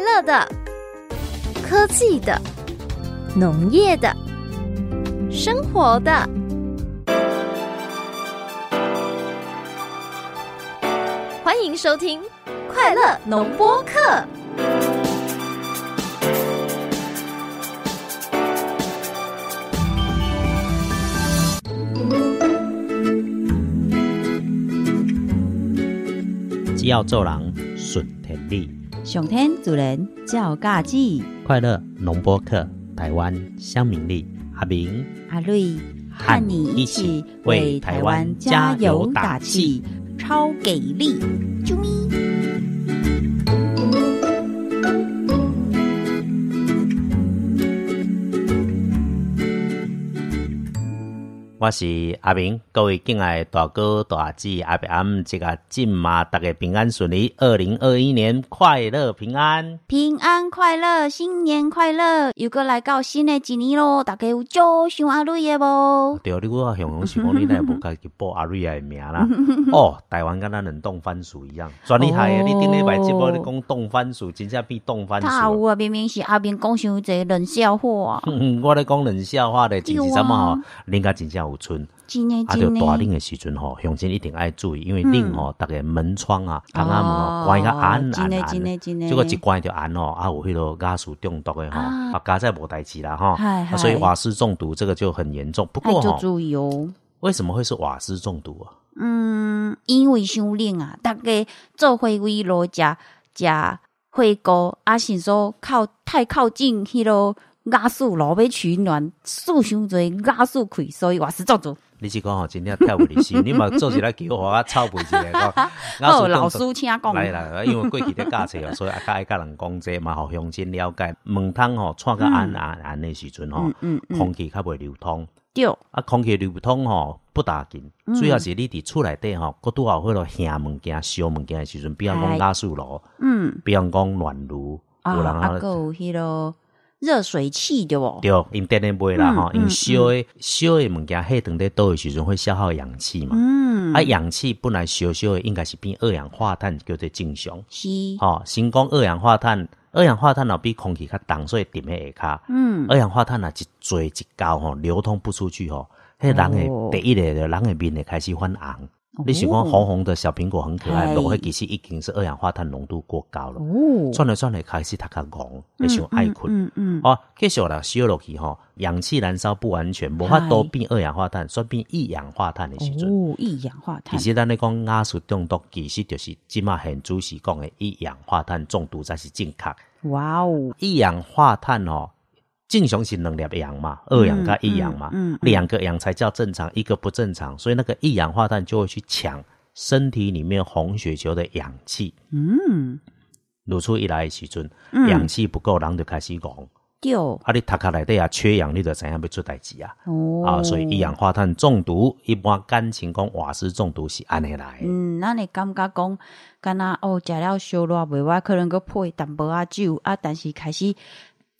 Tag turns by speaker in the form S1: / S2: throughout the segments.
S1: 乐的、科技的、农业的、生活的。欢迎收听《快乐农播课》。
S2: 只要做人顺天理，
S3: 上天主人照家己，
S2: 快乐农播客，台湾乡民力，阿明
S3: 阿瑞
S2: 和你一起为台湾加油打气，
S3: 超给力！啾咪！
S2: 我是阿明，各位敬爱的大哥、大姐、阿伯、阿姆，这个进嘛，大家平安顺利，二零二一年快乐平安。
S3: 平安快乐，新年快乐！又过来到新的一年咯，大家有足想阿瑞的无？
S2: 哦对，你我形容是讲你那无家己报阿瑞的名啦。 哦，台湾敢若冷冻番薯一样，专厉害的。
S3: 哦
S2: 你顶礼拜节目你讲冻番薯，真正比冻番薯
S3: 他有
S2: 啊。
S3: 啊，明明是阿明讲伤侪冷笑话，
S2: 嗯 我咧讲冷笑话咧，真是什么
S3: 对
S2: 吼，恁家真正有春。
S3: 真的
S2: 啊，着
S3: 真的。
S2: 大冷的时阵吼，乡亲一定爱注意，因为冷吼，逐个门窗啊、窗啊门
S3: 嗯哦
S2: 吼关甲安
S3: 真
S2: 安
S3: 的真的
S2: 安，
S3: 真的
S2: 结果一关着安哦，啊有迄个家属中毒的吼，
S3: 啊
S2: 啊家在无代志啦吼，
S3: 嗨
S2: 啊
S3: 嗨
S2: 所以瓦斯中毒这个就很严重。不
S3: 爱
S2: 过
S3: 做
S2: 吼，
S3: 注意哦。
S2: 为什么会是瓦斯中毒啊？
S3: 嗯，因为伤冷啊，大家做火锅炉食食火锅，啊是说靠太靠近迄落亚速炉要取暖，数伤侪亚速开，所以我是做主。
S2: 你是讲吼，真正跳不离 心，你嘛做一来叫我啊臭肥一下，讲家
S3: 好，
S2: 属
S3: 老
S2: 中毒
S3: 师请讲。
S2: 来啦，因为过去咧教册哦，所以啊较爱甲人讲这嘛，互乡亲了解。门窗吼，串甲安安安的时阵吼
S3: 嗯，嗯嗯，
S2: 空气较袂流通。
S3: 对，
S2: 啊，空气流通吼、不打紧，
S3: 嗯
S2: 主要是你伫厝内底吼，佮拄好迄落烘物件、烧物件的时阵，比方
S3: 哎
S2: 讲加速炉，
S3: 嗯
S2: 比方讲暖炉，
S3: 啊，哦
S2: 有人
S3: 啊
S2: 啊，
S3: 还有迄落热水器对不？
S2: 对，因电咧买啦
S3: 嗯
S2: 吼，
S3: 嗯
S2: 因烧的烧的物件，迄当咧倒的时阵会消耗氧气嘛，
S3: 嗯，
S2: 啊，氧气本来烧烧的应该是变二氧化碳，叫做正常。
S3: 是，
S2: 吼、先讲哦二氧化碳，二氧化碳哦比空气较重，所以沉喺下骹。
S3: 嗯，
S2: 二氧化碳啊一做一高吼，流通不出去吼，迄人诶、
S3: 哦
S2: 第一个就人诶面会开始泛红。你想讲红红的小苹果很可爱，
S3: 嗨
S2: 落迄其实已经是二氧化碳浓度过高了，
S3: 哦，
S2: 转来转来开始头壳戆，会想爱困。
S3: 嗯嗯，
S2: 哦，继续啦，烧落去吼，氧气燃烧不完全，无法度变二氧化碳，算变一氧化碳的时阵。
S3: 哦，一氧化
S2: 其
S3: 碳，
S2: 实咱咧讲亚硝中毒，其实就是即马现主席讲的一氧化碳中毒才是正确。
S3: 哇哦，
S2: 一氧化碳哦，正常是两粒氧嘛，二氧跟一氧嘛，
S3: 嗯嗯嗯
S2: 两个氧才叫正常，一个不正常，所以那个一氧化碳就会去抢身体里面红血球的氧气，
S3: 嗯，
S2: 露出一来的时阵，
S3: 嗯
S2: 氧气不够，人就开始戆，
S3: 对，哦，
S2: 啊，你头壳内底啊缺氧，你就知影要出代志啊，啊，所以一氧化碳中毒，一般感情讲瓦斯中毒是安尼来的。
S3: 嗯，咱会感觉讲，敢若哦，食了烧热袂歹，可能佫配淡薄仔酒啊，但是开始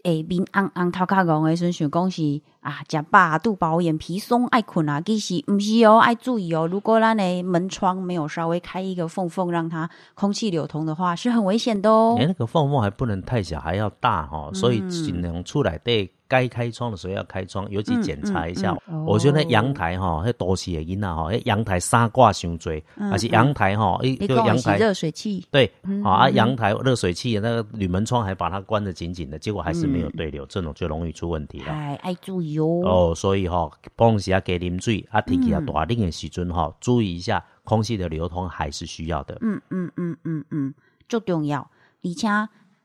S3: 会面红红头壳戆的时阵，想讲是啊，食饱啊肚饱眼皮松爱困啊，其实毋是哦，爱注意哦。如果咱的门窗没有稍微开一个缝缝，让它空气流通的话，是很危险的哦嗯
S2: 哎、。那个缝缝还不能太小，还要大哦，所以尽量出来对该开窗的时候要开窗，尤其检查一下。
S3: 嗯嗯
S2: 我觉得
S3: 哦
S2: 那阳台哈、哦，那都市的囡仔哈，那阳台三挂伤
S3: 嗯
S2: 多，而且阳台哈、哦，一
S3: 你
S2: 就
S3: 讲的
S2: 阳
S3: 是
S2: 台
S3: 热嗯水器，
S2: 对，好啊，阳台热水器的那个铝门窗还把它关得紧紧的，结果还是没有对流，这种就容易出问题了。
S3: 嗯哎，爱注意哦。
S2: 啊哦，所以哈、哦，碰时啊给啉水啊，天气
S3: 嗯
S2: 啊大冷的时阵哈、哦，注意一下空气的流通还是需要的。
S3: 嗯嗯嗯嗯嗯，足重要。而且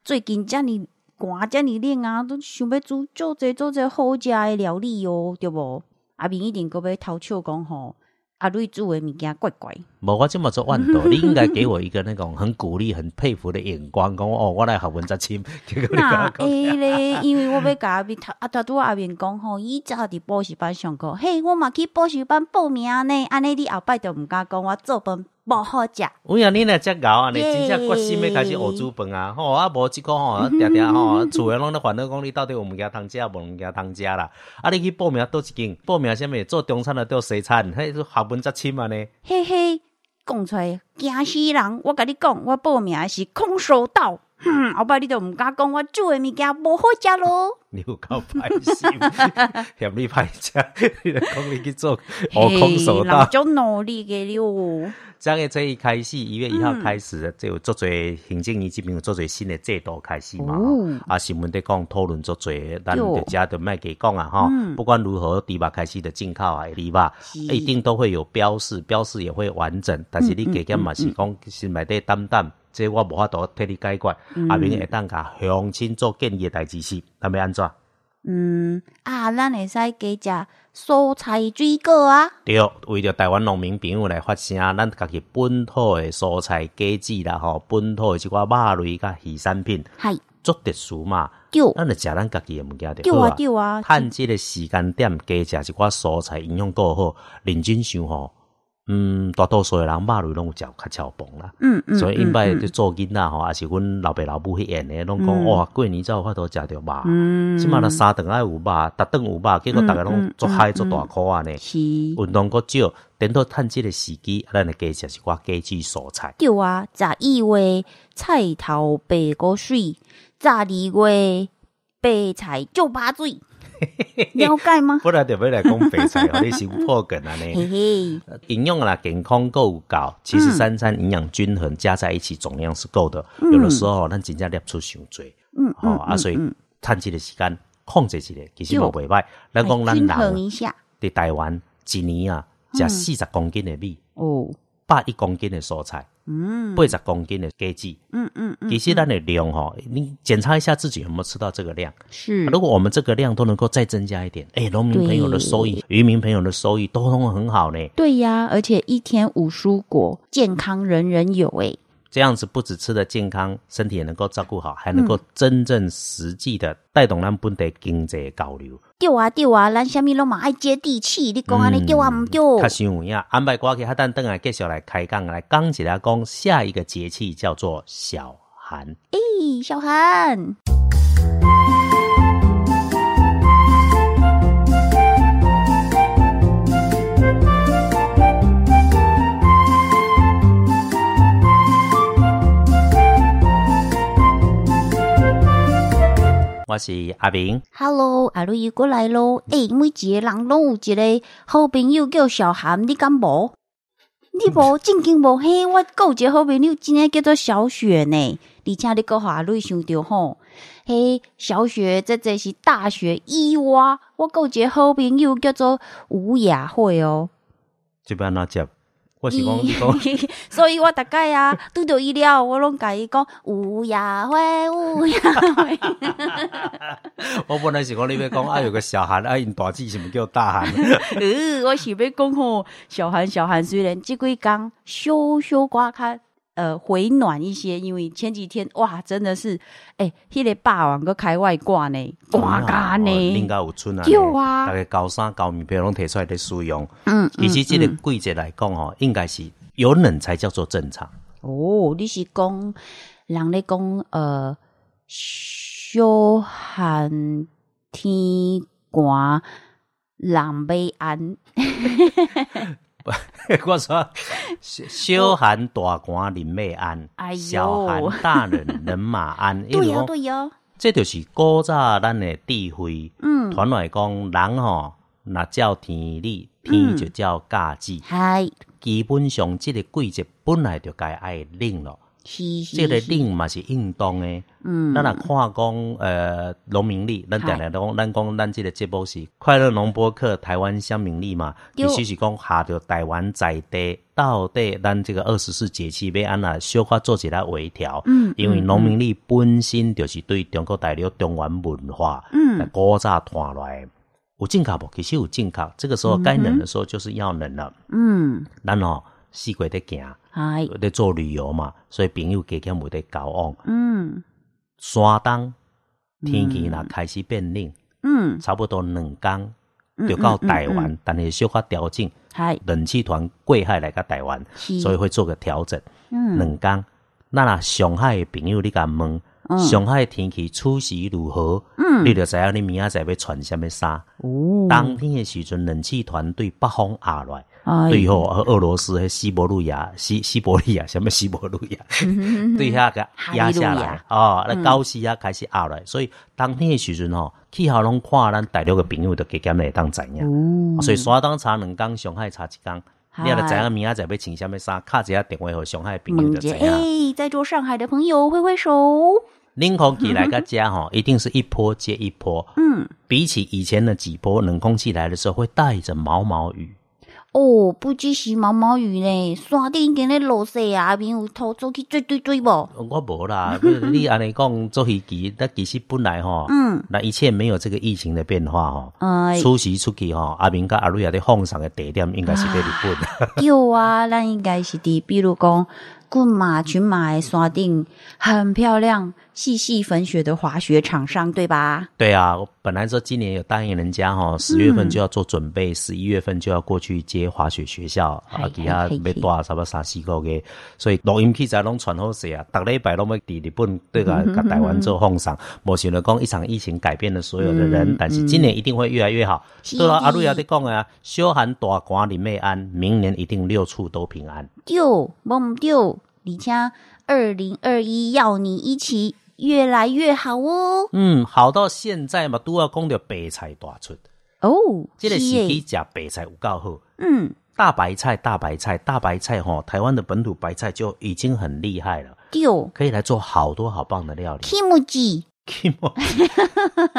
S3: 最近遮尼寒遮尼冷啊，都想要煮做侪做侪好食诶料理哦，对无？阿明一定搁要偷笑讲吼，阿瑞煮诶物件怪怪。
S2: 无，我这么做万多，你应该给我一个那种很鼓励、很佩服的眼光，讲哦，我来学文摘青。结 果你
S3: 那
S2: 讲，
S3: 会咧，因为我要甲阿明啊头阿头拄阿明讲吼，伊早伫补习班上课，嘿，我嘛去补习班报名呢，安尼你后摆就毋敢讲我做饭无好食。
S2: 有影你若遮牛啊，你
S3: 耶
S2: 真正决心要开始学煮饭啊！吼、啊无即个吼，定定吼，厝诶拢咧烦恼讲你到底有物件通食，无物件通食啦。啊，你去报名倒一间，报名啥物？做中餐的做西餐，迄是学文摘青嘛呢？
S3: 嘿嘿，讲出来惊死人！我甲你讲，我报名的是空手道，哼，后摆你都毋敢讲我煮诶物件无好食咯。
S2: 你有够歹心，嫌你歹食， 你就讲你去做我哦空手道。
S3: 就努力嘅了。
S2: 这个这一开始，一月一号开始，就有足侪行政院这边有足侪新的制度开始嘛。
S3: 哦
S2: 啊，新闻在讲讨论足侪，咱
S3: 对
S2: 就家就卖给讲啊哈。
S3: 嗯
S2: 不管如何，猪肉开始的进口啊，猪肉
S3: 是
S2: 一定都会有标示，标示也会完整。但是你加减嘛是讲心内底淡淡，这我无法度替你解决。
S3: 嗯
S2: 下面会当甲乡亲做建议的代志是，咱要安怎？
S3: 嗯啊，咱会使加食蔬菜水果啊。
S2: 对，为着台湾农民朋友来发声，咱家己本土的蔬菜、果子啦吼，本土的即寡肉类甲鱼产品，
S3: 嗨，
S2: 足特殊嘛。
S3: 对
S2: 咱就食咱家己的物件就
S3: 对
S2: 好
S3: 啊
S2: 啊。
S3: 对啊
S2: 趁即个时间点，加食一寡蔬菜，营养够好，认真想吼。嗯，大多数的人肉类拢有食较超棒啦。
S3: 嗯嗯，
S2: 所以因
S3: 嗯
S2: 摆就做囡仔吼，也是阮老爸老母迄演的，拢讲哇，过年才有法度食着
S3: 嗯
S2: 肉，即满若三顿爱有肉，逐顿有肉，结果逐个
S3: 嗯
S2: 拢做嗨做大箍啊呢。
S3: 是
S2: 运动较少，等到趁即个时机，咱来加食一寡果子蔬菜。
S3: 对啊，十一月菜头白果水，十二月白菜就把 水，了解吗？
S2: 本来就要来讲肥菜，吼，你是有破梗安
S3: 嘿
S2: 尼。
S3: 嘿，
S2: 营养啦，健康够够，其实三餐营养均衡加在一起总量是够的。有的时候咱真正摄出伤多，
S3: 嗯
S2: 吼、啊，所以趁即个时间控制一下，其实无袂歹。咱讲咱
S3: 哎均衡嗯
S2: 人
S3: 一下
S2: 伫台湾一年啊，食四十公斤的米，
S3: 哦。
S2: 百一公斤的蔬菜，
S3: 嗯
S2: 八十公斤的果子。
S3: 嗯嗯嗯，
S2: 其实咱的量吼，你检查一下自己有没有吃到这个量。啊
S3: 是
S2: 如果我们这个量都能够再增加一点，哎，农民朋友的收益、渔民朋友的收益都通很好呢。
S3: 对呀，而且一天五蔬果，健康人人有诶。
S2: 这样子不只吃的健康，身体也能够照顾好，还能
S3: 嗯
S2: 够真正实际的带动咱本地经济的交流。
S3: 对啊对啊，咱虾米拢嘛爱接地气，你讲安
S2: 嗯
S3: 尼对啊毋对？
S2: 较想有影，啊安排歌曲较等等来继续来开讲来讲一下，讲下一个节气叫做小寒。
S3: 咦，小韩，
S2: 我是阿明，
S3: Hello，阿瑞过来咯。
S2: 嗯
S3: 诶、每一个人拢有一个好朋友叫小韩，你敢无？你 无正经无嘿，我还有一个好朋友，真诶叫做小雪呢。而且你讲互阿瑞想着吼，嘿，小雪这这是大学以外，我还有一个好朋友叫做吴雅慧哦。
S2: 这边
S3: 啊
S2: 哪接？我是
S3: 嗯
S2: 讲你讲
S3: 所以我大概啊，拄着伊了，我拢甲伊讲吴雅慧，吴雅慧。
S2: 我本来是讲你要讲啊，有个小寒啊，因大姊是毋叫大 寒？
S3: 呃，我是要讲吼，小韩小韩虽然这几天小小刮较呃回暖一些，因为前几天哇真的是，诶、迄、个霸王搁开外挂呢，刮咖
S2: 哦
S3: 呢
S2: 恁，家有春啊，
S3: 对啊
S2: 大家高衫高棉被拢摕出来咧使用。
S3: 嗯，
S2: 其实这
S3: 嗯
S2: 个季节来讲吼，应该是有冷才叫做正常。
S3: 嗯哦，你是讲人咧讲呃小寒天寒人未安，
S2: 我说小小寒大寒人马安，
S3: 哎呦
S2: 小寒大人人马 安。因
S3: 对
S2: 为
S3: 呀、
S2: 讲
S3: 对呀、
S2: 这就是古早咱的智慧。
S3: 嗯，
S2: 传来讲人吼，若照天理，天就照价值。
S3: 嗨，
S2: 基本上这个季节本来就该爱冷咯。
S3: 是是
S2: 这个
S3: 是
S2: 冷嘛是应当的。
S3: 嗯
S2: 咱若看讲呃农民历，咱定定讲，咱讲咱这个节目是快乐农播客台湾乡民历嘛，
S3: 对
S2: 其实是讲下着台湾在地到底咱这个二十四节气要安那小可做一下微调。
S3: 嗯
S2: 因为农民历本身就是对中国大陆中原文化，
S3: 嗯，
S2: 古早传下来的。有正确无？其实有正确。这个时候该冷的时候就是要冷了。
S3: 嗯，
S2: 咱哦，四季在行，
S3: 嗨，
S2: 在做旅游嘛，所以朋友加减有在交往。
S3: 嗯
S2: 山东天气若开始变冷，
S3: 嗯，
S2: 差不多两天就到台湾，但是小可调整，
S3: 嗨，
S2: 冷气团过海来个台湾，
S3: 是
S2: 所以会做个调整。
S3: 嗯
S2: 两天，那若上海的朋友你甲问，
S3: 嗯
S2: 上海的天气此时如何？你就知影你明仔载要穿什么衫。
S3: 哦，
S2: 当天的时阵，冷气团对北方压来，
S3: 哎
S2: 对吼，俄罗斯迄西伯利亚、西西伯利亚，什么西伯利 亚，对遐个压下
S3: 哈利路
S2: 来
S3: 亚嗯
S2: 哦，那高息啊开始压落来，所以当天的时阵吼，气候拢看咱大陆的朋友就加减会当知影。
S3: 哦，
S2: 所以山东差两工，上海差一工，你也就知
S3: 嗨
S2: 影明仔载要穿什么衫，敲一下电话互上海的朋友
S3: 猛
S2: 就知
S3: 姐，
S2: 影。
S3: 哎，在座上海的朋友挥挥手，
S2: 冷空气来个家 吼，一定是一波接一波。
S3: 嗯，
S2: 比起以前的几波冷空气来的时候，会带着毛毛雨。
S3: 哦，不只是毛毛雨呢，山顶已经咧落雪啊，边有头走去追追追 无？
S2: 我无啦，不是你安尼讲做飞机，那其实本来吼，
S3: 嗯，
S2: 那一切没有这个疫情的变化吼。
S3: 哎，
S2: 出席出去吼，阿明跟阿瑞亚的放上的地点应该是在日本。
S3: 对啊，咱应该是伫，比如讲，滚马群马的山顶很漂亮，细细粉雪的滑雪场上，对吧？
S2: 对啊，我本来说今年有答应人家
S3: 嗯
S2: 哈、十月份就要做准备，十一、月份就要过去接滑雪学校，
S3: 嗨
S2: 啊，其他
S3: 嗨
S2: 要带差不多三四个月，所以录音器材拢传好势啊，逐礼拜拢要伫日本对个
S3: 嗯
S2: 甲台湾做奉上。无想到讲一场疫情改变了所有的人，但是今年一定会越来越好。
S3: 嗯是
S2: 对啊，
S3: 的
S2: 阿瑞亚在讲的啊，小寒大寒林妹安，明年一定六处都平安。
S3: 对，梦对，而且二零二一要你一起越来越好哦。
S2: 嗯，好到现在嘛，都要讲到白菜大出，
S3: 哦，
S2: 这个时
S3: 是
S2: 机
S3: 耶
S2: 食白菜有够好。
S3: 嗯，
S2: 大白菜，大白菜，大白菜吼，台湾的本土白菜就已经很厉害了，
S3: 对
S2: 可以来做好多好棒的料 理。
S3: ，Kimchi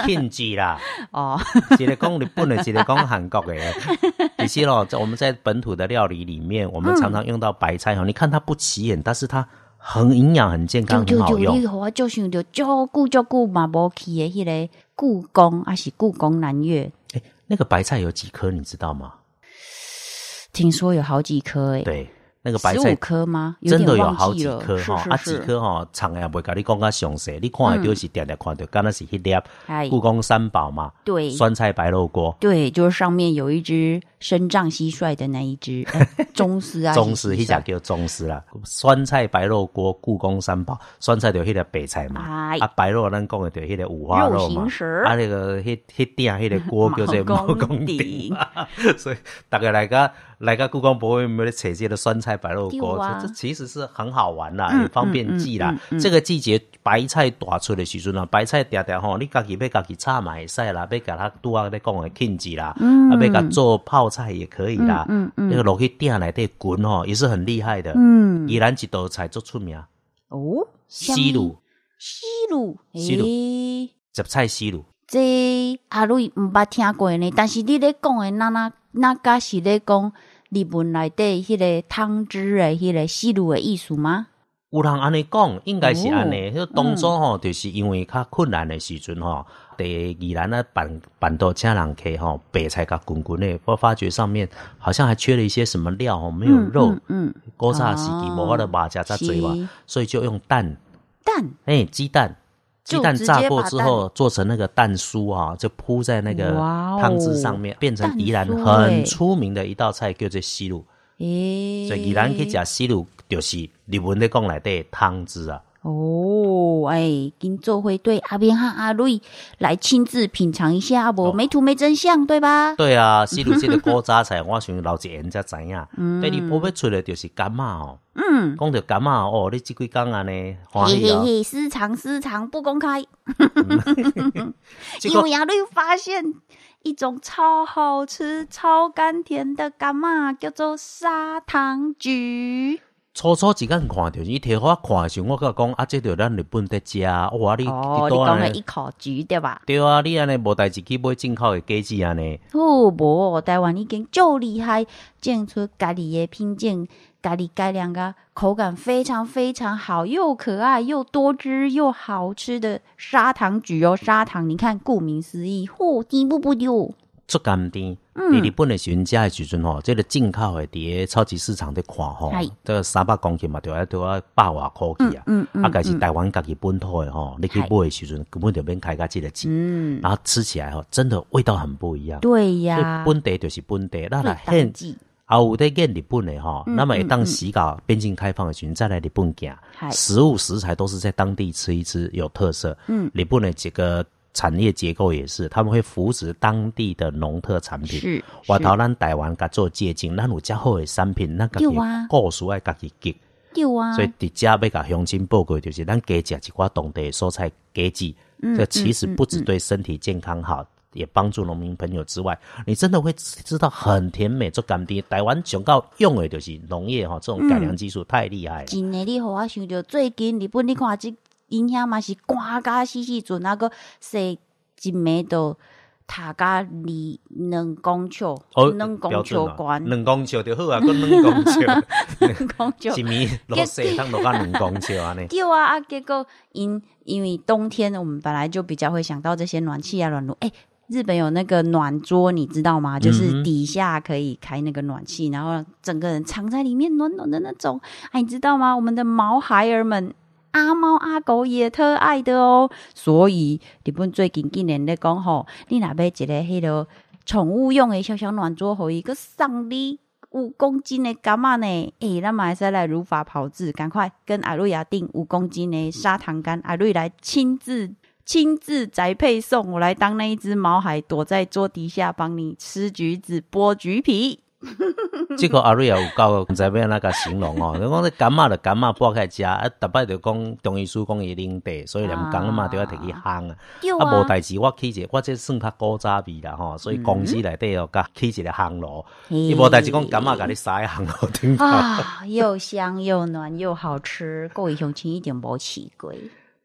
S2: 禁忌啦，
S3: 哦，
S2: 一个讲日本的，一个讲韩国 的。其实哦，在我们在本土的料理里面，我们常常用到白
S3: 嗯
S2: 菜哦。你看它不起眼，但是它很营养、很健
S3: 对
S2: 康、
S3: 对
S2: 很好
S3: 对，
S2: 用
S3: 你。和我就想着照顾照顾嘛，无去的迄个故宫，还是故宫南岳，
S2: 哎，那个白菜有几颗，你知道吗？
S3: 听说有好几颗诶，
S2: 对，那个白
S3: 十
S2: 菜
S3: 五颗吗？有
S2: 真的
S3: 点
S2: 有
S3: 忘
S2: 好
S3: 记
S2: 几
S3: 了
S2: 颗
S3: 是
S2: 吼，
S3: 是
S2: 啊
S3: 是嗯
S2: 几颗吼，厂也袂甲你讲较详细，你看得到是定定看到，敢若是迄粒
S3: 哎，
S2: 故宫三宝嘛，
S3: 对
S2: 酸菜白肉锅。
S3: 对，就是上面有一只身障蟋蟀的那 一只，哎宗师啊，
S2: 宗师，迄
S3: 蟋蟀
S2: 只叫宗师啦。酸菜白肉锅，故宫三宝，酸菜就迄个白菜嘛
S3: 哎，
S2: 啊白肉咱讲的就迄个五花肉
S3: 肉
S2: 嘛
S3: 形，石
S2: 啊那个迄迄鼎迄个锅 叫做
S3: 毛
S2: 毛
S3: 公
S2: 公鼎啊
S3: 鼎，
S2: 所以大家来个来个故宫博物院没得扯这个酸菜白肉锅，
S3: 对啊
S2: 这这其实是很好玩啦，
S3: 嗯
S2: 也方便记啦
S3: 嗯。
S2: 这个季节白菜大出的时阵啊，白菜嗲嗲吼，你家己要家己炒嘛会使啦，要甲它拄啊咧讲的禁忌啦，啊要甲做泡菜也可以啦。
S3: 嗯嗯
S2: 那个落去鼎内底滚吼，也是很厉害的。
S3: 嗯
S2: 宜兰一道菜足出名，
S3: 哦，香
S2: 西卤，
S3: 西鲁
S2: 西鲁
S3: 诶，
S2: 杂菜西卤。
S3: 这阿瑞毋捌听过呢，但是你咧讲诶，那那那敢是咧讲日本内底迄个汤汁诶，迄个西鲁诶意思吗？
S2: 有人安尼讲，应该是安尼。迄、
S3: 哦
S2: 当初吼，就是因为较困难的时阵吼，第宜兰啊办办到请人客吼，白菜甲滚滚的，我发觉上面好像还缺了一些什么料吼，没有肉。
S3: 嗯，
S2: 古早时期
S3: 哦
S2: 无法度肉食才多嘛
S3: 是，
S2: 所以就用蛋，
S3: 蛋
S2: 哎、鸡蛋。
S3: 就
S2: 鸡蛋
S3: 直接
S2: 炸过
S3: 把
S2: 之
S3: 蛋
S2: 后，做成那个蛋酥啊，就铺在那个
S3: 哇哦
S2: 汤汁上面，变成
S3: 蛋
S2: 宜兰
S3: 酥
S2: 很
S3: 欸
S2: 出名的一道菜，叫做西露。
S3: 诶，
S2: 所以宜兰去食西露，就是日本咧讲内底的汤汁啊。
S3: 哦，哎，跟做会对阿边和阿瑞来亲自品尝一下，我、
S2: 哦
S3: 没图没真相，对吧？
S2: 对啊，西鲁这个古早菜，我想老一人才知 影。第二波要出来就是柑仔哦，
S3: 嗯，
S2: 讲到柑仔哦，你即几工安尼欢
S3: 嘿
S2: 喜
S3: 嘿
S2: 啊！
S3: 嘿，私藏私藏不公开，
S2: 这
S3: 因
S2: 个
S3: 为阿瑞发现一种超好吃、超甘甜的干嘛，叫做砂糖橘。
S2: 初初一眼看着，伊摕互我看的时候，我甲讲啊，这着咱日本在食，哇你
S3: 哦，你
S2: 倒
S3: 讲
S2: 安
S3: 了
S2: 尼
S3: 一口橘对吧？
S2: 对啊，你安尼无代志去买进口的果子安尼，
S3: 哦，无台湾已经就厉害，种出家己的品种，家己改良个口感非常非常好，又可爱又多汁又好吃的砂糖橘哦，砂糖，你看顾名思义，嚯、甜不不丢，
S2: 足甘甜。
S3: 嗯
S2: 伫日本的时阵食的时阵吼，这个进口的伫个超级市场咧看吼
S3: 嗨，
S2: 这个三百公斤嘛，着要着要百外箍去啊。
S3: 嗯
S2: 啊，但是台湾家己本土的吼，你去买的时阵根本就免开价这个钱。
S3: 嗯，
S2: 然后吃起来吼，真的味道很不一样。
S3: 对
S2: 所以
S3: 呀，
S2: 本地就是本地，咱来
S3: 淡
S2: 现
S3: 季，
S2: 啊有在见日本的吼，那么一当
S3: 嗯
S2: 时搞边境开放的时候，再来日本行，
S3: 嗨
S2: 食物食材都是在当地吃一吃，有特色。
S3: 嗯，
S2: 日本的这个产业结构也是，他们会扶持当地的农特产品。
S3: 是，
S2: 我
S3: 是
S2: 头咱台湾甲做借鉴，咱有较好的产品，咱家己
S3: 对啊
S2: 故事爱家己记。
S3: 对啊
S2: 所，以伫遮要甲乡亲报告，就是咱加食一寡当地的蔬菜，加籽，
S3: 嗯
S2: 这其实不只对身体健康好，也帮助农民朋友之外，你真的会知道很甜美做甘甜。台湾上到用的就是农业吼，这种改良技术太厉害了。
S3: 真诶，你互我想着最近日本，你看即因遐嘛是寒甲死死阵，啊个说一暝都塔甲二两公尺
S2: 哦，
S3: 两
S2: 标
S3: 公尺
S2: 准啊
S3: 悬，
S2: 两公尺就好啊，搁两公 尺，
S3: 两公尺
S2: 一米落雪通落到两公尺安尼。
S3: 对啊，啊，结果因因为冬天我们本来就比较会想到这些暖气啊、暖炉。哎、日本有那个暖桌，你知道吗？就是底下可以开那个暖气，然后整个人藏在里面暖暖的那种。哎、你知道吗？我们的毛孩儿们。阿猫阿狗也特爱的哦，所以日本最近近年咧讲吼，你若买一个迄落宠物用的小小暖桌，互伊个送你五公斤的干嘛呢？诶、咱嘛会使来如法炮制，赶快跟阿瑞亚订五公斤的砂糖干，阿瑞来亲自亲自宅配送，我来当那一只毛孩，躲在桌底下帮你吃橘子、剥橘皮。
S2: 这个阿瑞也有教，毋知要安怎甲形容哦。你讲你感冒就感冒，剥开食，啊，逐摆就讲中医师讲伊啉茶，所以连讲嘛就要摕去烘啊。
S3: 有
S2: 啊，无代志，我起一个，我这算较古早味啦吼，所以
S3: 嗯
S2: 公司内底哦，甲起一个烘炉，伊无代志讲感冒，甲你塞烘炉顶头。
S3: 啊，又香又暖又好吃，够以雄青一点无奇 怪。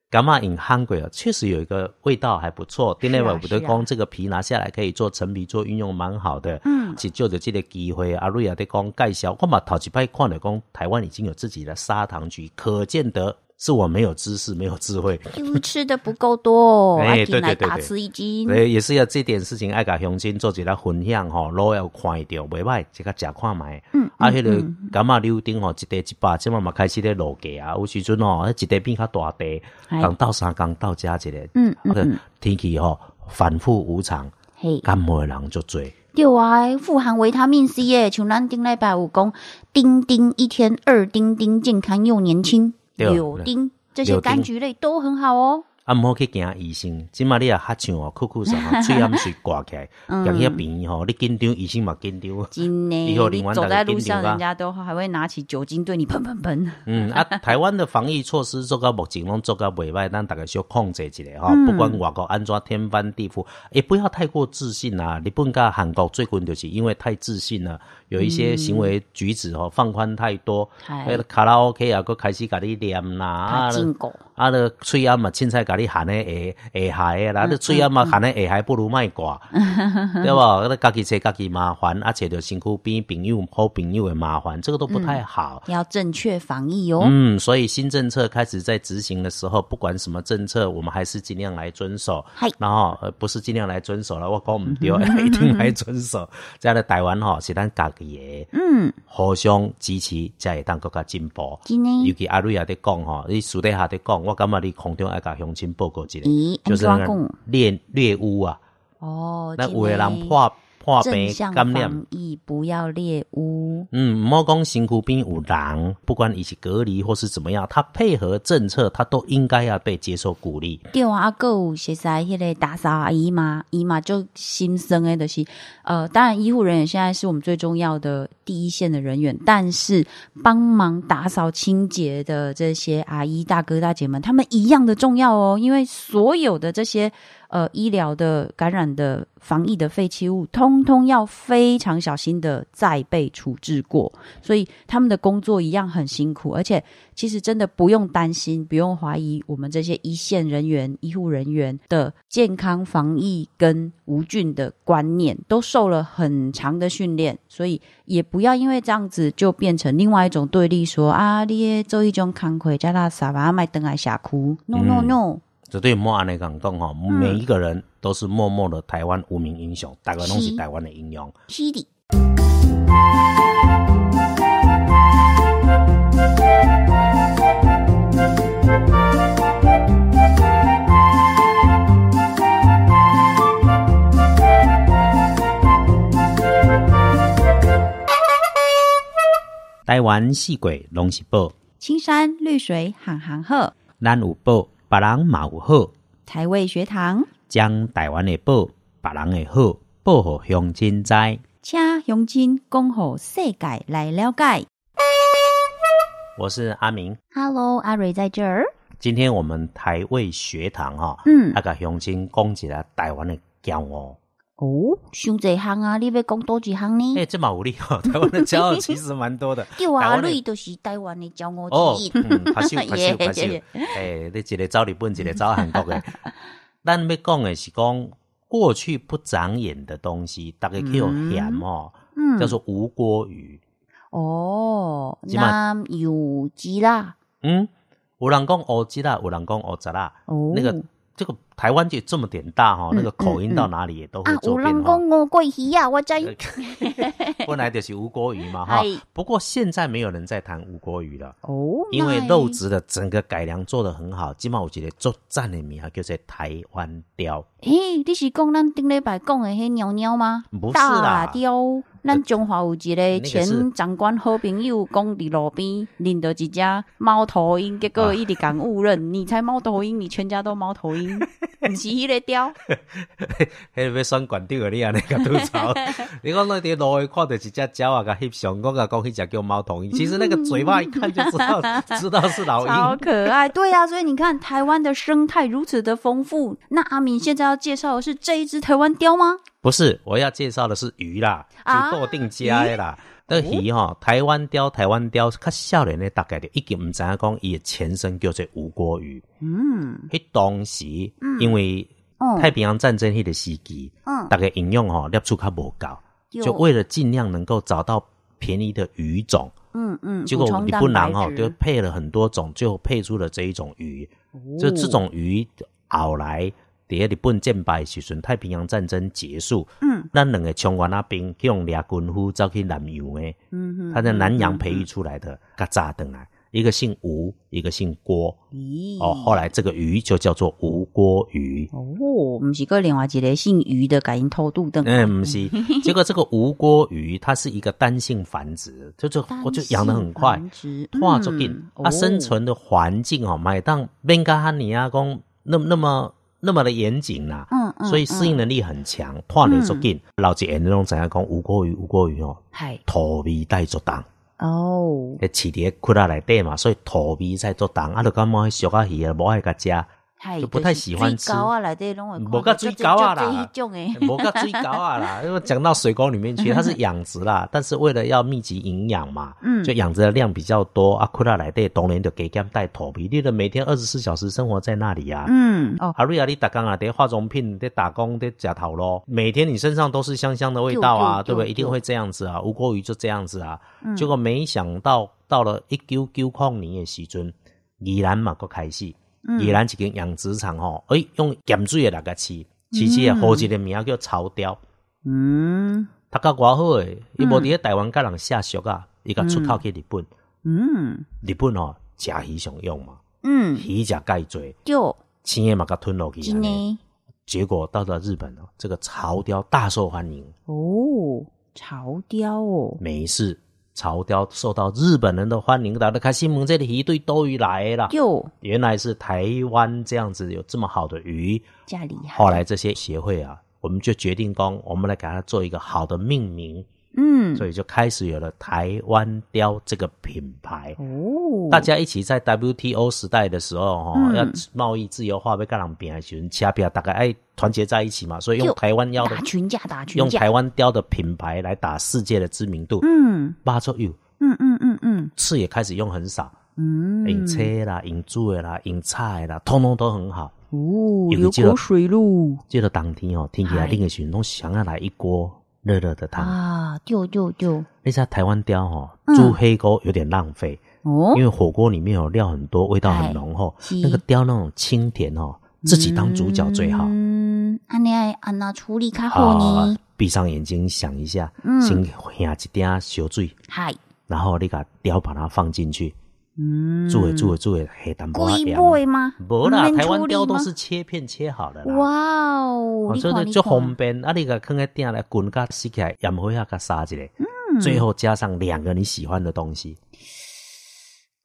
S2: 感冒饮汉鬼啊，确实有一个味道还不错。丁内
S3: 是啊
S2: 伟不对
S3: 是啊
S2: 讲，这个皮拿下来可以做陈皮做运用，蛮好的。嗯，是借着这个机会，阿瑞也在讲介绍。我嘛头一摆看了讲，台湾已经有自己的砂糖橘，可见得是我没有知识，没有智慧。
S3: 因为吃的不够多，
S2: 哎
S3: 阿
S2: 对
S3: 金
S2: 对
S3: 来
S2: 对哎
S3: 大
S2: 对
S3: 吃一斤
S2: 所。以也是要这点事情爱甲乡亲做一下分享吼，老要看到袂歹，即个食看卖。嗯，啊，迄个感冒溜顶吼，一袋一百，即嘛嘛开始咧落价啊。有时阵吼，那一袋变较大袋，
S3: 哎
S2: 共斗三共斗加一个。
S3: 嗯
S2: 啊，个天气吼反复无常，
S3: 嘿，
S2: 感冒的人就多。
S3: 对啊，富含维他命 C 耶，像咱顶礼拜有讲，丁丁一天二丁丁，健康又年轻，
S2: 对
S3: 柳丁这些
S2: 柳丁
S3: 柑橘类都很好哦。
S2: 啊，毋好去惊医生，即嘛你也较像哦，酷酷啥 吼，喙暗水挂起来，行去病院吼，你紧张，医生嘛紧张。
S3: 嗯真的，
S2: 以后
S3: 你
S2: 领完
S3: 走
S2: 大家
S3: 在
S2: 跟
S3: 路上，
S2: 牛吧
S3: 人家都还会拿起酒精对你喷喷喷。
S2: 嗯啊，台湾的防疫措施做到目前拢做到袂歹，咱大家小控制一下吼、
S3: 嗯
S2: 不管外国安怎天翻地覆，也不要太过自信啊。日本跟韩国最近就是因为太自信了，有一
S3: 嗯
S2: 些行为举止吼、放宽太多，
S3: 哎
S2: 那个卡拉 OK 啊，佮开始甲你念啦，
S3: 他
S2: 啊，
S3: 进狗，
S2: 啊，你喙啊嘛，凊彩甲你含咧下下海的啦，你喙啊嘛含咧下海，不如卖挂，对 无？你家己找家己麻烦，啊，找着身躯边朋友、好朋友的麻烦，这个都不太好。
S3: 要正确防疫哦。
S2: 嗯，所以新政策开始在执行的时候，不管什么政策，我们还是尽量来遵守
S3: 嗨。
S2: 然后呃，不是尽量来遵守了，我讲唔对， 一定来遵守。这样的台湾吼、是咱家己的，嗯，互相支持，才会当更加进步。
S3: 真的
S2: 尤其阿瑞也在讲吼，你私底下在讲，我感觉你空中要甲乡亲报告一下，
S3: 咦
S2: 就是
S3: 嗯安
S2: 那
S3: 怎
S2: 个
S3: 讲
S2: 猎猎物啊，
S3: 哦，
S2: 那
S3: 真
S2: 有的人
S3: 的
S2: 破破
S3: 正
S2: 病
S3: 向
S2: 感染。
S3: 防疫，不要猎污。
S2: 嗯，莫讲身躯边有人，不管一起隔离或是怎么样，他配合政策，他都应该要被接受鼓励。
S3: 对啊，啊，还有实在迄个打扫阿姨嘛，姨嘛就心酸的，就是呃，当然医护人员现在是我们最重要的第一线的人员，但是帮忙打扫清洁的这些阿姨大哥大姐们，他们一样的重要哦，因为所有的这些呃医疗的感染的防疫的废弃物，通通要非常小心的再被处置过，所以他们的工作一样很辛苦，而且其实真的不用担心，不用怀疑我们这些一线人员、医护人员的健康防疫跟无菌的观念，都受了很长的训练，所以也不要因为这样子就变成另外一种对立说，啊，你咧做一种康亏加拉萨巴麦登来峡哭，no no no，、
S2: 绝对莫安尼讲讲吼，
S3: 嗯
S2: 每一个人都是默默的台湾无名英雄，大家拢是
S3: 是
S2: 台湾的英雄。
S3: 犀利。
S2: 台湾四鬼拢是宝，
S3: 青山绿水行行鹤，
S2: 咱有宝，别人嘛有好。
S3: 台味学堂，
S2: 将台湾的宝、别人的好报互乡亲知。
S3: 请乡亲讲互世界来了解。
S2: 我是阿明，
S3: Hello，阿蕊在这儿。
S2: 今天我们台味学堂哈、
S3: 嗯
S2: 啊，甲乡亲讲一下台湾的骄傲。
S3: 哦，伤济项啊，你要讲多几项呢
S2: 哎、？这嘛有力哦， 台湾的骄傲其实蛮多的。
S3: 嗯 叫我
S2: 台
S3: 阿
S2: 湾的
S3: 蕊就是台湾的骄傲
S2: 哦
S3: 之一，。
S2: 嗯， 拍手拍手
S3: 耶
S2: 拍手
S3: 耶，
S2: 诶、你一个走日本，一个走韩国 的。咱要讲的是讲过去不长眼的东西，大家去有嫌哦，
S3: 嗯
S2: 叫做无锅鱼。
S3: 哦，
S2: 现在
S3: 那有鸡啦，
S2: 嗯，有人讲欧吉啦，有人讲欧吉啦，
S3: 哦，
S2: 那个这个台湾就这么点大哈、哦，那个
S3: 嗯
S2: 口音
S3: 嗯
S2: 到哪里也都会
S3: 啊，
S2: 做
S3: 有
S2: 变
S3: 人
S2: 化。
S3: 讲我贵鱼啊，我知。
S2: 本来就是无锅鱼嘛哈
S3: 哎，
S2: 不过现在没有人在谈无锅鱼了。
S3: 哦，
S2: 因为
S3: 那
S2: 肉质的整个改良做得很好，今嘛有一个作战的名叫做台湾雕，
S3: 嘿，你是讲咱顶礼拜讲的迄鸟鸟吗？
S2: 不是
S3: 大
S2: 啦，
S3: 雕，咱中华有一个
S2: 那个是
S3: 前长官好朋友，讲伫路边领到一只猫头鹰，结果
S2: 啊
S3: 一直讲误认，你才猫头鹰，你全家都猫头 鹰，不是迄个雕，
S2: 迄个要选管长的你安尼甲吐槽。你讲那伫路的看到一只鸟啊，甲翕相，我甲讲迄只叫猫头鹰，其实那个嘴巴一看就知 道，知道是老
S3: 超
S2: 鹰。
S3: 可爱。对啊，所以你看台湾的生态如此的丰富，那阿敏现在要介绍的是这一只台湾雕吗？
S2: 不是，我要介绍的是鱼啦，
S3: 啊嗯
S2: 就固定家的啦。那个鱼吼，台湾雕，台湾雕，较少年的大概就已经毋知影讲伊的前身叫做吴锅鱼。
S3: 嗯，
S2: 迄当时因为
S3: 哦
S2: 太平洋战争迄个时期，
S3: 嗯
S2: 大概营养吼摄取较无够，
S3: 对
S2: 就为了尽量能够找到便宜的鱼种，
S3: 嗯嗯，
S2: 结果
S3: 补充
S2: 你
S3: 蛋
S2: 不难
S3: 白
S2: 吼，
S3: 质
S2: 就配了很多种，最后配出了这一种鱼。
S3: 哦
S2: 就这种鱼后来伫咧日本战败的时阵，太平洋战争结束，
S3: 嗯，
S2: 咱两个冲完那兵去用掠军夫走去南洋的，
S3: 嗯
S2: 他在南洋培育出来的，甲炸回来，一个姓吴，一个姓郭，
S3: 咦
S2: 哦，后来这个鱼就叫做吴郭鱼。
S3: 哦，不是个另外一个姓余的，改因偷渡的。
S2: 嗯，不 是，结果这个吴郭鱼它是一个单性繁殖，就就我就养得很快，
S3: 单性繁殖
S2: 化作紧
S3: 嗯，
S2: 它
S3: 哦
S2: 啊生存的环境哦，买当边加哈尼亚公那那么那么的严谨啦，
S3: 嗯嗯
S2: 所以适应能力很强，化得足紧。老一辈的拢知影讲吴郭鱼，吴郭鱼哦，
S3: 嗨
S2: 土味带足重，
S3: 哦，
S2: 诶，饲伫窟仔内底嘛，所以土味在足重，啊，就感觉迄小仔鱼啊，无爱甲食。
S3: 嗨
S2: 就不太喜欢吃
S3: 水饺啊，内底拢会看到
S2: 无甲水饺啊
S3: 就
S2: 啦
S3: 就就这一种诶，
S2: 无到最高啊啦，因为讲到水沟里面去，它是养殖啦，但是为了要密集营养嘛，
S3: 嗯
S2: 就养殖的量比较多啊，库拉来的当然就给他们带头皮，你的每天二十四小时生活在那里啊。
S3: 嗯哦，
S2: 阿瑞啊，你打工啊，得化妆品，得打工，得假头咯。每天你身上都是香香的味道啊，对
S3: 对对
S2: 不对？
S3: 对
S2: 一定会这样子啊，无锅鱼就这样子啊。结果没想到到了一九九零年的时阵，宜兰嘛，佫开始，宜兰一间养殖场吼，哎，用咸水的来个饲，饲饲的好一个名叫潮雕，
S3: 嗯
S2: 读较偌好诶，伊无伫咧台湾甲人下俗啊，伊甲出口去日本，
S3: 嗯
S2: 日本吼食鱼上用嘛，
S3: 嗯，
S2: 鱼食介多，
S3: 就
S2: 青诶嘛甲吞落去
S3: 真
S2: 安尼。
S3: 诶
S2: 结果到了日本哦，这个潮雕大受欢迎，
S3: 哦，潮雕哦，
S2: 美式潮雕受到日本人的欢迎，大家开新闻这里一对多鱼来的啦。
S3: 就
S2: 原来是台湾这样子有这么好的 鱼，
S3: 加厉害，
S2: 后来这些协会啊，我们就决定讲，我们来给它做一个好的命名，
S3: 嗯
S2: 所以就开始有了台湾雕这个品牌。
S3: 哦，
S2: 大家一起在 WTO 时代的时候，哈、
S3: 嗯
S2: 要贸易自由化被干人变的时候，其他边大概哎团结在一起嘛，所以用
S3: 就
S2: 台湾腰的
S3: 打群架，打群
S2: 用
S3: 架，
S2: 台湾雕的品牌来打世界的知名度。
S3: 嗯
S2: 八周有
S3: 嗯嗯嗯嗯
S2: 刺也开始用很少，
S3: 嗯，
S2: 用车啦、用煮的啦、用菜啦，通通都很好。
S3: 哦，
S2: 有
S3: 流
S2: 个这个
S3: 口水喽
S2: 记得当天哦，天气来
S3: 嗨
S2: 冷的时候，拢想要来一锅热热的汤。
S3: 啊，就就就
S2: 那家台湾雕哦，
S3: 嗯
S2: 煮黑锅有点浪费，
S3: 哦哎
S2: 因，为火锅里面有料很多，味道很浓厚。
S3: 是
S2: 那个雕那种清甜哦，自己当主角最好。
S3: 嗯，安尼爱安那处理较好
S2: 啊
S3: 呢。，
S2: 闭上眼睛想一下，
S3: 嗯
S2: 先下一点小水，
S3: 嗨，
S2: 然后你把雕把它放进去，
S3: 嗯，
S2: 煮诶煮诶煮诶，黑淡薄仔
S3: 龟
S2: 盐。
S3: 背吗？
S2: 无啦，
S3: 不能
S2: 台
S3: 处
S2: 湾
S3: 理
S2: 雕都
S3: 吗
S2: 是切片切好的啦。
S3: 哇哦
S2: 哦，，
S3: 你
S2: 所
S3: 看
S2: 以
S3: 你
S2: 就
S3: 看
S2: 方便。啊，你个放在鼎来滚甲洗起来，盐
S3: 嗯
S2: 火下甲杀一下，最后加上两个你喜欢的东西，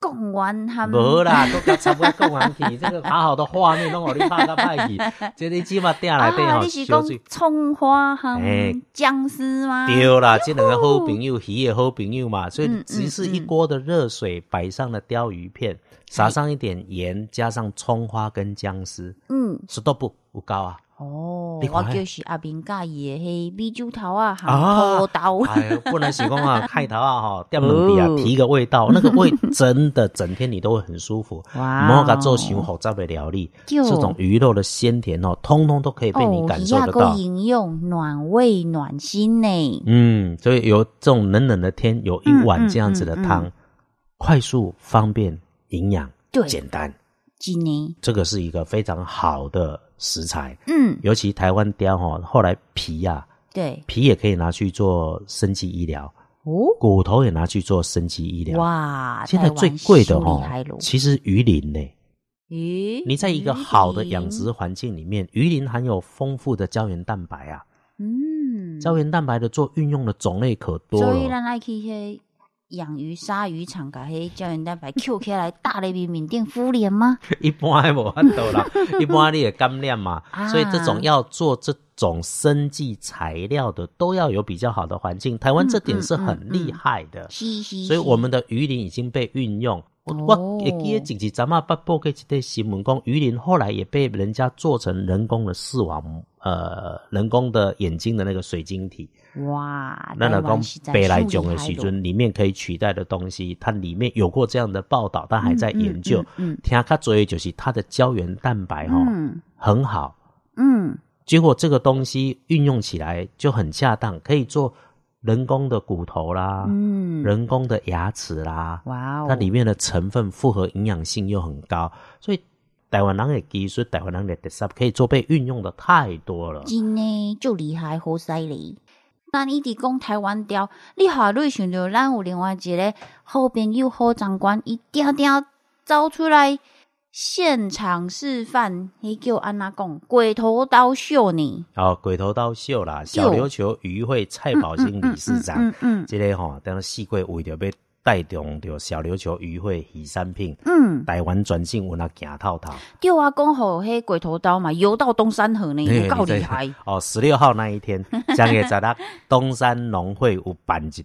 S3: 讲完他们，
S2: 无啦，都甲差不多讲完去，这个好好的画面拢互你拍到歹去，这你起码定内底
S3: 啊，
S2: 吼
S3: 你是讲
S2: 小水。
S3: 葱花
S2: 哎
S3: 和姜丝吗？
S2: 对啦，这两个好朋友，鱼也好朋友嘛，所以
S3: 嗯
S2: 只是一
S3: 嗯嗯
S2: 锅的热水，摆上了鲷鱼片，撒上一点盐，加上葱花跟姜丝，
S3: 嗯，
S2: 十多不有够啊！
S3: 哦
S2: 你，看
S3: 我
S2: 那
S3: 就是阿明介意的迄米酒头啊，
S2: 啊
S3: 含土豆，
S2: 哎呦，不能洗光啊，开头啊哈，掉冷底啊
S3: 哦，
S2: 提个味道，那个味真的整天你都会很舒服。
S3: 哇哦
S2: 莫噶做熊好杂的料理，
S3: 对
S2: 这啊种鱼肉的鲜甜哦，通通都可以被你感受
S3: 哦
S2: 得
S3: 鱼
S2: 到
S3: 啊够。营养，暖胃暖心呢。
S2: 嗯，所以有这种冷冷的天，有一碗这样子的汤，
S3: 嗯嗯
S2: 快速、方便、营养、
S3: 对
S2: 简单，
S3: 真的，
S2: 这个是一个非常好的食材。
S3: 嗯，
S2: 尤其台湾雕哦，后来皮呀、
S3: 对，
S2: 皮也可以拿去做生技医疗，
S3: 哦，
S2: 骨头也拿去做生技医疗。
S3: 哇，
S2: 现在
S3: 台湾
S2: 最贵的
S3: 修
S2: 哦
S3: 理海螺，
S2: 其实鱼鳞呢、
S3: 咦，
S2: 你在一个好的养殖环境里面，鱼鳞含有丰富的胶原蛋白啊，
S3: 嗯，
S2: 胶原蛋白的做运用的种类可多
S3: 所以
S2: 了。
S3: 咱爱去迄养鱼、鲨鱼场，甲迄胶原蛋白 Q 起来，搭咧面面顶敷脸吗？
S2: 一般还无办法 啦，一般你也干练嘛
S3: 啊，
S2: 所以这种要做这种生技材料的，都要有比较好的环境。台湾这点是很厉害的，
S3: 嗯是是，
S2: 所以
S3: 是
S2: 我们的鱼鳞已经被运用。我
S3: 哦
S2: 我也记得前一咱们北部的一个新闻讲，鱼鳞后来也被人家做成人工的视网，呃，人工的眼睛的那个水晶体。
S3: 哇，
S2: 那
S3: 台
S2: 老
S3: 湾
S2: 公
S3: 实在
S2: 北来
S3: 修
S2: 囧
S3: 理
S2: 的
S3: 海
S2: 时
S3: 螺
S2: 阵，里面可以取代的东西，它里面有过这样的报道，但还在研究。
S3: 嗯
S2: 听他做的就是它的胶原蛋白哦、
S3: 嗯
S2: 很好，
S3: 嗯，
S2: 结果这个东西运用起来就很恰当，可以做人工的骨头啦，
S3: 嗯
S2: 啊人工的牙齿啦，
S3: 哇哦，
S2: 它里面的成分复合营养性又很高，所以台湾人的技术、台湾人的特色可以做被运用的太多了。
S3: 真诶就厉害，好犀利。咱一直讲台湾雕，你下瑞想到咱有另外一个好朋友好长官，伊定定走出来现场示范，迄叫安那讲鬼头刀秀呢。
S2: 哦，鬼头刀秀啦，小琉球渔会蔡宝兴理事长，
S3: 嗯嗯
S2: 这个吼、当然四季为着要带动着小琉球渔会鱼产品，
S3: 嗯，
S2: 台湾转型有那行透透。
S3: 对啊，讲好迄鬼头刀嘛，游到东山河呢，
S2: 嘿
S3: 有够
S2: 你知
S3: 厉害。
S2: 哦！十六号那一 天，将月十六，东山农会有办一场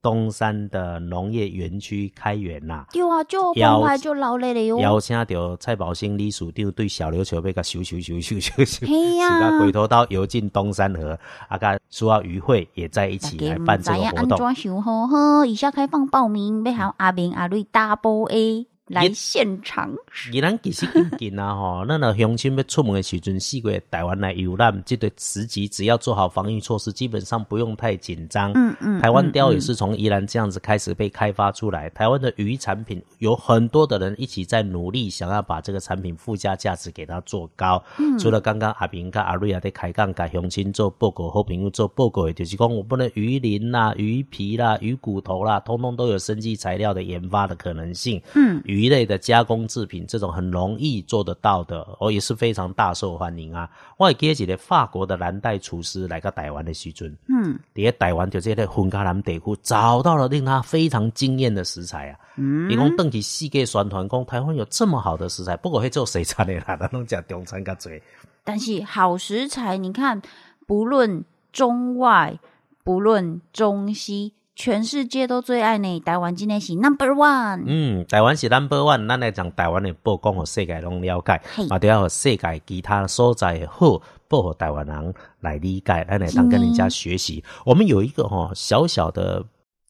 S2: 东山的农业园区开园啦、
S3: 对啊，就
S2: 邀
S3: 澎湃就老累了哟。
S2: 邀请到蔡宝兴理事长对小琉球要甲修修修修修修，
S3: 嘿
S2: 使
S3: 哎呀
S2: 甲，鬼头刀游进东山河，啊，甲苏澳渔会也在一
S3: 大
S2: 起
S3: 家
S2: 来
S3: 唔
S2: 办这
S3: 知
S2: 个
S3: 影
S2: 活
S3: 安
S2: 动。
S3: 怎想好呵，以下开放报名，要喊阿明阿瑞 double A 来现场。
S2: 宜兰其实近近啊吼，咱若乡亲要出门的时阵，四个台湾来游览，这个时机只要做好防疫措施，基本上不用太紧张。
S3: 嗯嗯
S2: 台湾雕也
S3: 嗯
S2: 是从宜兰这样子开始被开发出来，台湾的鱼产品有很多的人一起在努力，想要把这个产品附加价值给它做高。
S3: 嗯
S2: 除了刚刚阿平跟阿瑞啊在开杠，跟乡亲做报告，好朋友做报告，也就是讲我们的鱼鳞啦、鱼皮啦、鱼骨头啦，通通都有生技材料的研发的可能性。
S3: 嗯，
S2: 鱼类的加工制品这种很容易做得到的，哦，也是非常大受欢迎啊。我也记得法国的蓝带厨师来到台湾的时阵。
S3: 嗯
S2: 伫咧台湾就这个分家南地区找到了令他非常惊艳的食材啊！
S3: 嗯
S2: 伊讲邓起世界宣传讲台湾有这么好的食材，不过迄做西餐的啦，咱拢食中餐较侪。
S3: 但是好食材，你看，不论中外，不论中西，全世界都最爱呢。台湾真的是 number one。
S2: 嗯，台湾是 number one，咱来讲台湾的报讲，互世界拢了解
S3: 嘿，
S2: 嘛，都要互世界其他所在的好，报互台湾人来理解，咱来当跟人家学习。我们有一个吼、小小的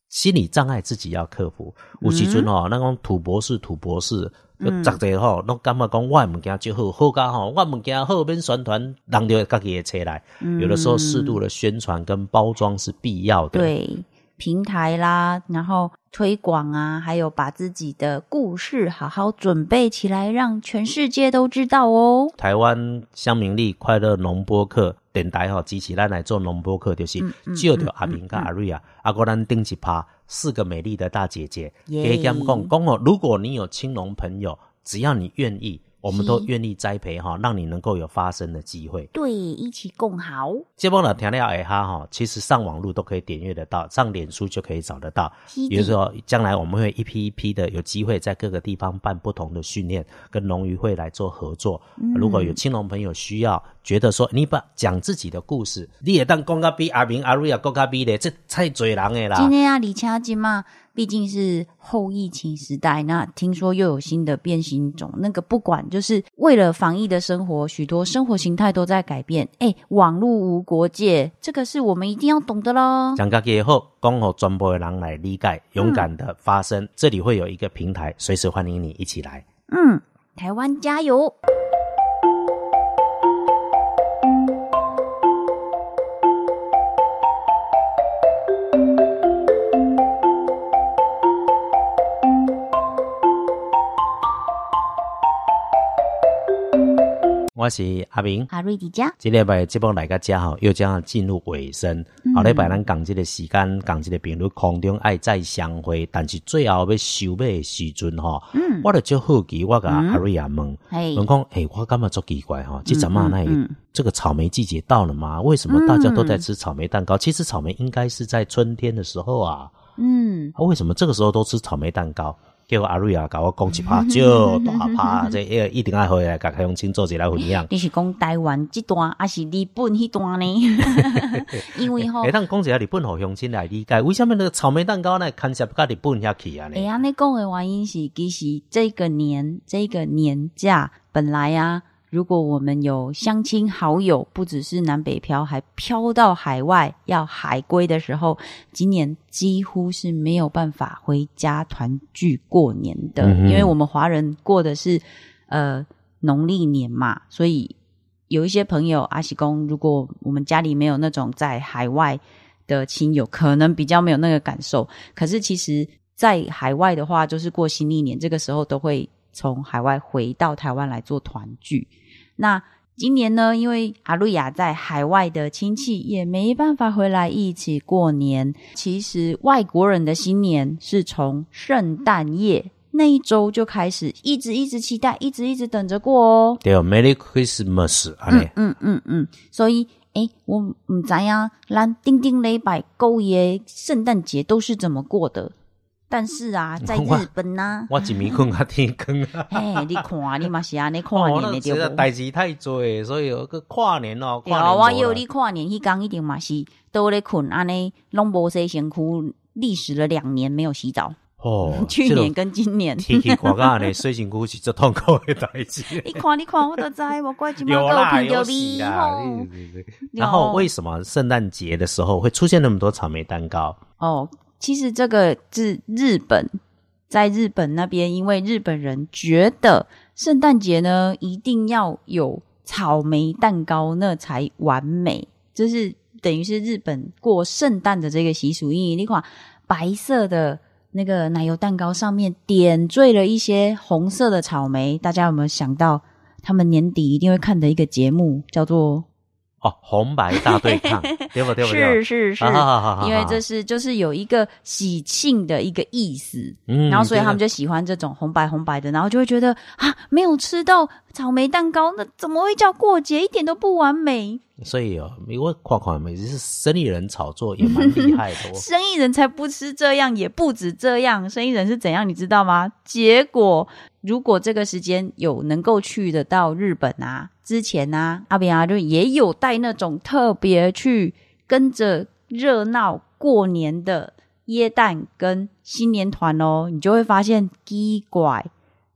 S2: 心理障碍，自己要克服。有时阵吼、咱讲土博士，土博士。就逐个吼，拢感觉讲我的物件就好，好甲吼，我的物件好免宣传，人就会家己会找来。嗯
S3: 嗯
S2: 有的时候适度的宣传跟包装是必要的。
S3: 对平台啦，然后推广啊，还有把自己的故事好好准备起来，让全世界都知道哦。
S2: 台湾乡民力快乐农播客电台吼、支持咱来做农播客，就是借着阿明跟阿瑞啊，阿哥咱顶一趴四个美丽的大姐姐，
S3: 耶
S2: 给他们讲讲哦，如果你有青农朋友，只要你愿意，我们都愿意栽培哈，让你能够有发声的机会。
S3: 对，一起共好。
S2: 这帮老听了哎哈哈，其实上网路都可以点阅得到，上脸书就可以找得到。
S3: 是的
S2: 比如说，将来我们会一批一批的有机会在各个地方办不同的训练，跟农渔会来做合作。
S3: 嗯
S2: 如果有青农朋友需要，觉得说你把讲自己的故事，你也当讲个比阿明阿瑞啊讲个比咧，这太多人的啦
S3: 今。天啊，李恰金嘛，毕竟是后疫情时代，那听说又有新的变形种，那个不管，就是为了防疫的生活，许多生活形态都在改变。哎，网络无国界，这个是我们一定要懂的喽。
S2: 讲家己也好，讲好全部的人来理解，勇敢的发声。这里会有一个平台，随时欢迎你一起来。
S3: 嗯，台湾加油！
S2: 我是阿明。
S3: 阿瑞迪加，
S2: 这礼拜的节目来到这吼，又将要进入尾声。
S3: 嗯
S2: 后礼拜咱讲这个时间，讲这个频率，空中爱再相会。但是最后要收尾的时阵吼，
S3: 嗯
S2: 我就就好奇，我甲阿瑞亚问，
S3: 嘿，
S2: 问讲，诶、我感觉足奇怪吼，这阵啊，那、
S3: 哎嗯嗯
S2: 这个草莓季节到了吗？为什么大家都在吃草莓蛋糕？其实草莓应该是在春天的时候啊，
S3: 嗯，
S2: 啊为什么这个时候都吃草莓蛋糕？结果阿瑞亚甲我讲一 趴，就大趴，这哎一定要回来甲乡亲做一来分享。
S3: 你是讲台湾这段，还是日本那段呢？ 因为吼
S2: 会，当讲一下日本互相亲来理解，为什么那个草莓蛋糕呢？牵涉到日本遐去啊
S3: 哎
S2: 呢？
S3: 呀，那讲的原因是，其实这个年这个年假本来啊，如果我们有乡亲好友，不只是南北漂，还漂到海外要海归的时候，今年几乎是没有办法回家团聚过年的，
S2: 嗯哼
S3: 因为我们华人过的是呃农历年嘛，所以有一些朋友阿喜公，如果我们家里没有那种在海外的亲友，可能比较没有那个感受。可是其实，在海外的话，就是过新历年，这个时候都会从海外回到台湾来做团聚。那今年呢，因为阿瑞亚在海外的亲戚也没办法回来一起过年。其实外国人的新年是从圣诞夜那一周就开始，一直一直期待，一直一直等着过哦。
S2: 对，Merry Christmas 啊呢？
S3: 嗯嗯嗯，所以诶，我唔知啊，咱丁丁礼拜购爷圣诞节都是怎么过的？但是 啊，在日本呐、！
S2: 我一暝困到天光啊
S3: 嘿，你看你嘛是安尼跨
S2: 哦，
S3: 年
S2: 那
S3: 的
S2: 实
S3: 对
S2: 在
S3: 不？
S2: 代志太多，所以有个跨年哦，
S3: 对
S2: 跨
S3: 啊，
S2: 年
S3: 我
S2: 无
S3: 有
S2: 了
S3: 你跨年迄天一定嘛是都咧困安尼，拢无洗身躯，历时了两年没有洗澡，，
S2: 哦
S3: 去年跟今年。
S2: 这种天气寒到呢，水身躯是足痛苦的代志。
S3: 你看，你看，我都知，我怪今
S2: 有啦，
S3: 有
S2: 有
S3: 到
S2: 喜
S3: 你
S2: 啦
S3: 吼。
S2: 对对对。然后为什么圣诞节的时候会出现那么多草莓蛋糕？
S3: 哦，其实这个是日本，在日本那边，因为日本人觉得圣诞节呢一定要有草莓蛋糕，那才完美，就是等于是日本过圣诞的这个习俗。因为你看白色的。那个奶油蛋糕上面点缀了一些红色的草莓，大家有没有想到他们年底一定会看的一个节目叫做
S2: 哦，红白大对抗， 对不对？对
S3: “
S2: 不对？
S3: 是是
S2: 啊好好好
S3: 因为
S2: 好
S3: 这是就是有一个喜庆的一个意思，
S2: 嗯
S3: 然后所以
S2: 对
S3: 他们
S2: 对
S3: 就喜欢这种红白红白的，然后就会觉得啊，没有吃到草莓蛋糕，那怎么会叫过节？一点都不完美，
S2: 所以哦，我看看，每次生意人炒作也蛮厉害 的哦。
S3: 生意人才不吃这样，也不止这样，生意人是怎样，你知道吗？结果如果这个时间有能够去得到日本啊，之前啊，阿扁阿瑞也有带那种特别去跟着热闹过年的耶诞跟新年团哦，你就会发现奇怪。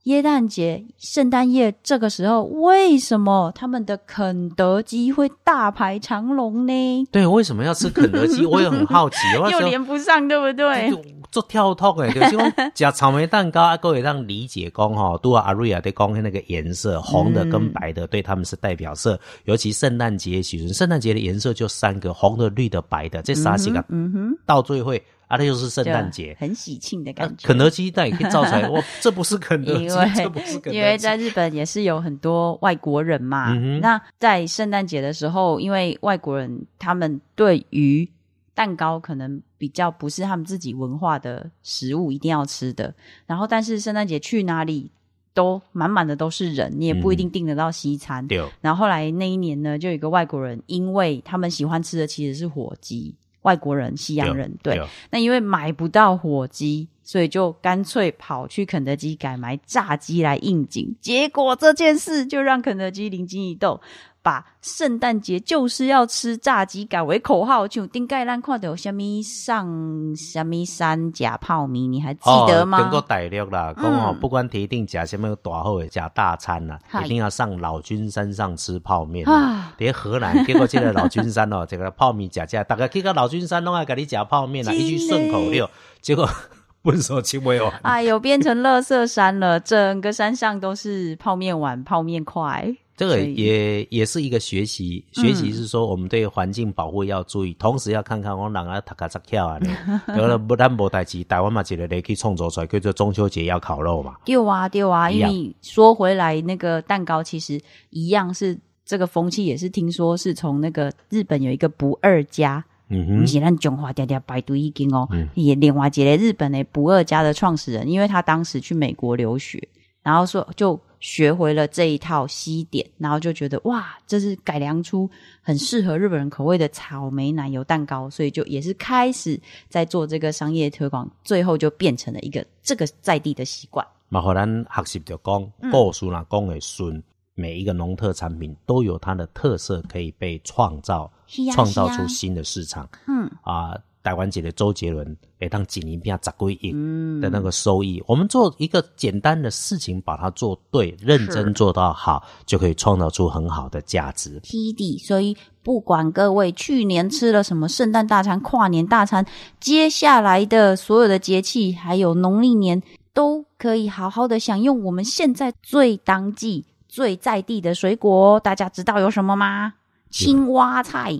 S3: 耶诞节、圣诞夜这个时候，为什么他们的肯德基会大排长龙呢？
S2: 对，为什么要吃肯德基？我也很好 奇。我
S3: 又
S2: 那时候
S3: 连不上，对不对？
S2: 就做跳痛诶，就是讲吃草莓蛋糕，啊，各位让理解讲吼，都阿瑞亚在讲那个颜色，红的跟白的对他们是代表色，尤其圣诞节其实圣诞节的颜色就三个，红的、绿的、白的，这三色啊，
S3: 嗯哼，
S2: 到最后啊，那就是圣
S3: 就
S2: 诞节。
S3: 很喜庆的
S2: 啊
S3: 感、觉。
S2: 肯德基但也可以造出 来，哇，这不是肯德基
S3: 因为，
S2: 这不是肯
S3: 因
S2: 德
S3: 为
S2: 基。
S3: 在日本也是有很多外国人嘛，
S2: 嗯哼
S3: 那在圣诞节的时候，因为外国人他们对于蛋糕可能比较不是他们自己文化的食物，一定要吃的。然后，但是圣诞节去哪里都满满的都是人，你也不一定订得到西餐。
S2: 嗯对，
S3: 然后后来那一年呢，就有一个外国人，因为他们喜欢吃的其实是火鸡，外国人、西洋人对。那因为买不到火鸡，所以就干脆跑去肯德基改买炸鸡来应景。结果这件事就让肯德基灵机一动，把圣诞节就是要吃炸鸡改为口号，就顶盖咱看到有虾米上虾米山假泡米，你还记得吗？
S2: 哦中国大陆啦，讲哦，
S3: 嗯
S2: 不管铁定食什么大好的，食大餐啦，
S3: 嗨
S2: 一定要上老君山上吃泡面啦。
S3: 啊，
S2: 伫荷兰，结果这个老君山哦，这 个泡面食食，大家去到老君山拢爱甲你食泡面啦，
S3: 真的
S2: 一句顺口溜，结果 分手吃袂完。
S3: 哎呦，变成垃圾山了，整个山上都是泡面碗、泡面块。
S2: 这个
S3: 所以嗯
S2: 也也是一个学习，学习是说我们对环境保护要注意，同时要看看我人啊读卡扎跳 啊，然后不咱无代志，台湾嘛一个来去创作出来，叫做中秋节要烤肉嘛。
S3: 丢啊丢啊！
S2: 一
S3: 因
S2: 样
S3: 为说回来，那个蛋糕其实一样是这个风气，也是听说是从那个日本有一个不二家，
S2: 嗯
S3: 不
S2: 哼，
S3: 是咱中华嗲嗲百度一经哦，也另外一个日本的不二家的创始人，因为他当时去美国留学，然后说就学回了这一套西点，然后就觉得哇，这是改良出很适合日本人口味的草莓奶油蛋糕，所以就也是开始在做这个商业推广，最后就变成了一个这个在地的习惯。
S2: 嘛，互咱学习着
S3: 嗯
S2: 讲，故事啦讲的顺，每一个农特产品都有它的特色，可以被创造
S3: 是啊，
S2: 创造
S3: 是啊
S2: 出新的市场。
S3: 嗯
S2: 啊，台湾籍的周杰伦，会当几年变十几亿
S3: 嗯
S2: 的那个收益，我们做一个简单的事情，把它做对，认真做到好，就可以创造出很好的价值。
S3: T D，所以不管各位去年吃了什么圣诞大餐、跨年大餐，接下来的所有的节气，还有农历年，都可以好好的享用我们现在最当季、最在地的水果哦。大家知道有什么吗？青蛙菜、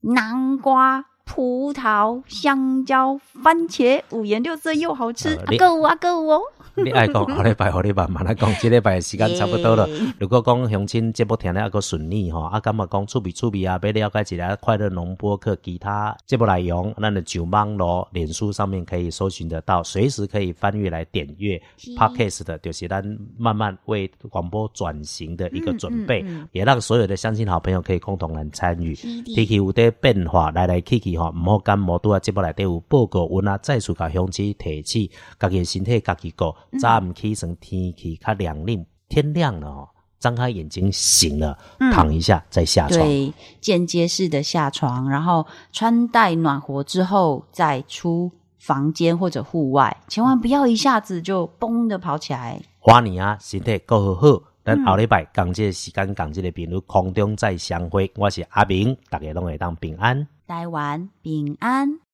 S3: 南瓜、葡萄、香蕉、番茄，五颜六色又好吃，
S2: 呃
S3: 啊
S2: 你
S3: 购物啊购物哦！
S2: 你爱讲后礼拜，后礼拜慢慢讲，这礼拜的时间差不多了
S3: 耶。
S2: 如果讲乡亲节目听了还个顺利吼，啊，感觉讲趣味趣味啊，要了解一下快乐农播客其他节目内容，咱的上网咯，脸书上面可以搜寻得到，随时可以翻阅来点阅
S3: 是。
S2: Podcast 的就是咱慢慢为广播转型的一个准备，
S3: 嗯嗯嗯
S2: 也让所有的乡亲好朋友可以共同来参与。
S3: 是的
S2: 天气有啲变化，来来去去吼，唔好感冒。拄啊，节目内底有报告，阮啊再次甲乡亲提起，家己的身体家己顾。
S3: 嗯
S2: 早唔起床，天气较凉冷，天亮了哦，张开眼睛醒了，躺一下再下床。
S3: 对，间接式的下床，然后穿戴暖和之后再出房间或者户外，千万不要一下子就嘣的跑起来。
S2: 花你啊，身体够好好。咱后礼拜同这个时间同这个频率空中再相会。我是阿明，大家拢会当平安。
S3: 待完，平安。